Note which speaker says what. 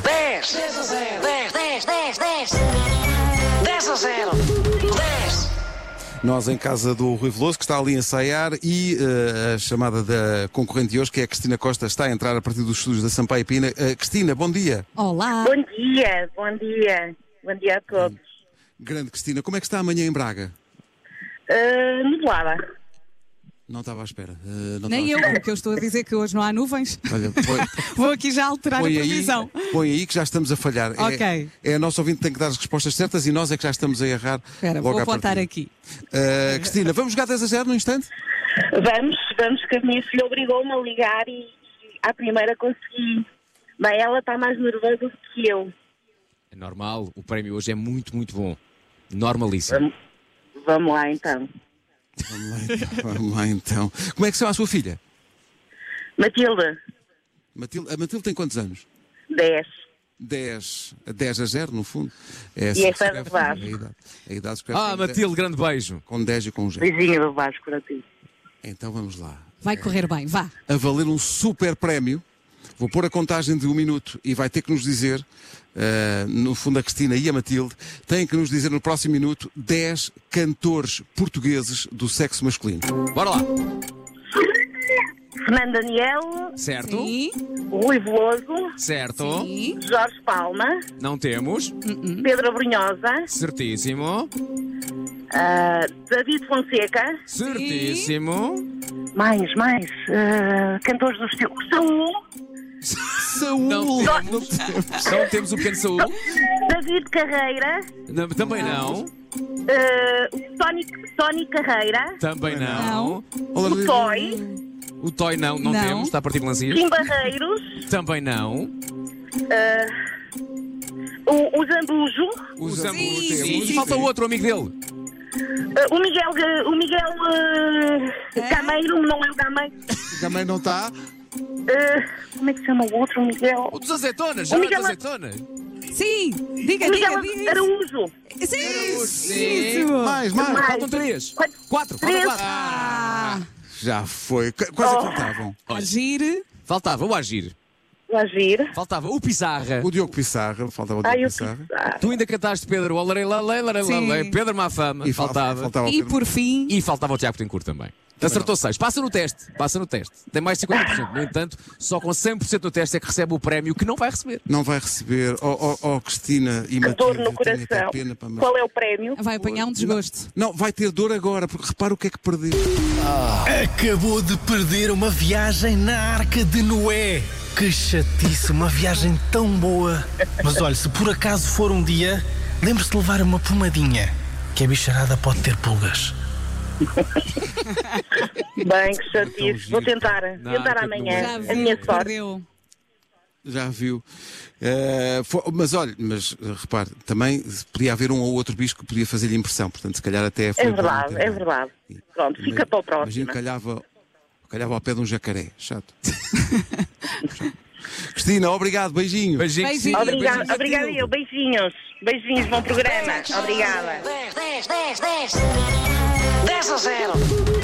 Speaker 1: 10 10 a 0. 10 10 10 10 10 a 0. 10
Speaker 2: Nós em casa do Rui Veloso, que está ali a ensaiar, e eh, a chamada da concorrente de hoje, que é a Cristina Costa, está a entrar a partir dos estúdios da Sampaio Pina. Eh, Cristina, bom dia.
Speaker 3: Olá,
Speaker 4: Bom dia, bom dia, bom dia a todos.
Speaker 2: Grande Cristina, como é que está amanhã em Braga?
Speaker 4: Ah, nublada.
Speaker 2: Não estava à espera. eh, não
Speaker 3: nem
Speaker 2: estava
Speaker 3: eu,
Speaker 2: à espera.
Speaker 3: porque eu estou a dizer que hoje não há nuvens.
Speaker 2: Olha, põe,
Speaker 3: Vou aqui já alterar
Speaker 2: põe
Speaker 3: a
Speaker 2: aí,
Speaker 3: previsão.
Speaker 2: põe aí que já estamos a falhar. É-
Speaker 3: Ok.
Speaker 2: É, a nossa ouvinte que tem que dar as respostas certas e nós é que já estamos a errar.
Speaker 3: Espera,
Speaker 2: logo
Speaker 3: vou
Speaker 2: à
Speaker 3: apontar
Speaker 2: partida.
Speaker 3: aqui.
Speaker 2: Eh, Cristina, vamos jogar 10 a 0 no instante?
Speaker 4: Vamos, vamos, que a minha filha obrigou-me a ligar e, e à primeira consegui. Bem, ela está mais nervosa do que eu.
Speaker 5: É normal, o prémio hoje é muito, muito bom.
Speaker 4: É
Speaker 5: Normalíssimo.
Speaker 4: Vamos lá então.
Speaker 2: Vamos lá, então, vamos lá então. Como é que se chama a sua filha?
Speaker 4: Matilde,
Speaker 2: Matilde, a Matilde tem quantos anos?
Speaker 4: 10.
Speaker 2: 10, 10 a 0, no fundo. É assim
Speaker 4: é
Speaker 2: que se escreve,
Speaker 4: verdade.
Speaker 2: é a idade, é a idade que se escreve
Speaker 5: Ah,
Speaker 2: com dez-
Speaker 5: Matilde, grande beijo.
Speaker 2: Com 10 e com 0.
Speaker 4: Beijinho do Vasco para ti.
Speaker 2: Então vamos lá.
Speaker 3: Vai correr bem, vá.
Speaker 2: A valer um super prémio. Vou pôr a contagem de um minuto e vai ter que nos dizer, eh, no fundo a Cristina e a Matilde, têm que nos dizer no próximo minuto 10 cantores portugueses do sexo masculino.
Speaker 5: Bora lá.
Speaker 4: Fernando Daniel,
Speaker 5: Certo?
Speaker 3: Sim,
Speaker 4: Rui Veloso,
Speaker 5: Certo?
Speaker 3: sim.
Speaker 4: Jorge Palma,
Speaker 5: Não temos.
Speaker 4: Pedro Brunhosa,
Speaker 5: Certíssimo.
Speaker 4: ah, David Fonseca.
Speaker 5: Certíssimo.
Speaker 4: Mais, mais. ah, cantores do estilo. um,
Speaker 2: Saúl!
Speaker 4: Saúl,
Speaker 5: Não temos. Não temos o pequeno Saúl.
Speaker 4: David Carreira,
Speaker 5: Não, Também não.
Speaker 4: ah, o Tony, Tony Carreira.
Speaker 5: Também não.
Speaker 2: Olá,
Speaker 4: O Toy,
Speaker 5: O Toy não, não,
Speaker 3: Não.
Speaker 5: temos. Está a partir de lancias.
Speaker 4: Kim Barreiros,
Speaker 5: Também não.
Speaker 4: ah, o, o Zambujo,
Speaker 5: O Zambu
Speaker 3: sim,
Speaker 5: temos.
Speaker 3: sim, sim.
Speaker 5: Falta outro amigo dele.
Speaker 4: ah, o Miguel, ah, o Miguel ah,
Speaker 3: É?
Speaker 4: Gameiro, não é o Gameiro,
Speaker 2: Também não tá? está.
Speaker 4: ah, como é que se chama o outro, o Miguel?
Speaker 5: O dos azeitonas.
Speaker 4: O
Speaker 5: Já
Speaker 4: Miguel-
Speaker 5: das azeitonas.
Speaker 3: Sim, diga, diga,
Speaker 4: O Miguel
Speaker 3: diga. é isso.
Speaker 4: Araújo,
Speaker 3: Sim,
Speaker 5: Sim.
Speaker 3: isso.
Speaker 2: um Mais, mais.
Speaker 4: Mais.
Speaker 5: Faltam três.
Speaker 4: Quatro.
Speaker 5: Quatro. Faltam
Speaker 4: Três.
Speaker 5: quatro.
Speaker 3: Ah,
Speaker 2: Já foi. Qu- Quais
Speaker 4: Oh.
Speaker 2: é que faltavam?
Speaker 3: agir.
Speaker 5: Faltava o Agir.
Speaker 4: o Agir,
Speaker 5: Faltava o Pizarra.
Speaker 2: O Diogo Pissarra, faltava o Diogo
Speaker 4: ai ah, o
Speaker 2: Pissarra.
Speaker 4: Pissarra.
Speaker 5: Tu ainda cantaste Pedro Olarei, lalei, lalei,
Speaker 3: Sim.
Speaker 5: lalei, Pedro Mafama,
Speaker 2: E fal-
Speaker 5: faltava.
Speaker 2: faltava o
Speaker 3: E
Speaker 2: Pedro-
Speaker 3: por fim,
Speaker 5: E faltava o Tiago Tencourt também. Acertou seis. Passa no teste. Passa no teste. Tem mais de 50%. No entanto, só com 100% no teste é que recebe o prémio que não vai receber.
Speaker 2: Não vai receber. Oh, oh, oh, Cristina e
Speaker 4: Que
Speaker 2: Matilde.
Speaker 4: dor no
Speaker 2: eu tenho até
Speaker 4: coração.
Speaker 2: pena para-
Speaker 4: Qual é o prémio?
Speaker 3: vai apanhar um desgosto.
Speaker 2: Não, vai ter dor agora, porque repara o que é que perdeu.
Speaker 6: Acabou de perder uma viagem na Arca de Noé. Que chatice, uma viagem tão boa. Mas olha, se por acaso for um dia, lembre-se de levar uma pomadinha, que a bicharada pode ter pulgas.
Speaker 4: Bem, que chatice,
Speaker 2: Então, giro.
Speaker 4: vou
Speaker 2: é
Speaker 4: tentar,
Speaker 5: Não,
Speaker 4: tentar
Speaker 5: que
Speaker 4: amanhã,
Speaker 3: Já
Speaker 5: beleza.
Speaker 4: a
Speaker 3: viu,
Speaker 4: minha sorte.
Speaker 3: perdeu.
Speaker 2: Já viu. Eh, fo- mas olha, mas eh, repare, também se podia haver um ou outro bicho que podia fazer-lhe impressão. Portanto, se calhar até foi
Speaker 4: É
Speaker 2: bom
Speaker 4: verdade,
Speaker 2: ter
Speaker 4: é
Speaker 2: dado.
Speaker 4: verdade. Pronto, fica
Speaker 2: Imagino-
Speaker 4: para o
Speaker 2: Imagino
Speaker 4: próximo.
Speaker 2: que calhava, calhava ao pé de um jacaré. Chato. Chato. Cristina, obrigado, beijinho.
Speaker 5: Beijinho.
Speaker 3: Beijinho.
Speaker 4: Obrigada, obrigada eu, beijinhos, beijinhos, bom programa, obrigada.
Speaker 1: 10 10 10 10 10 a 0.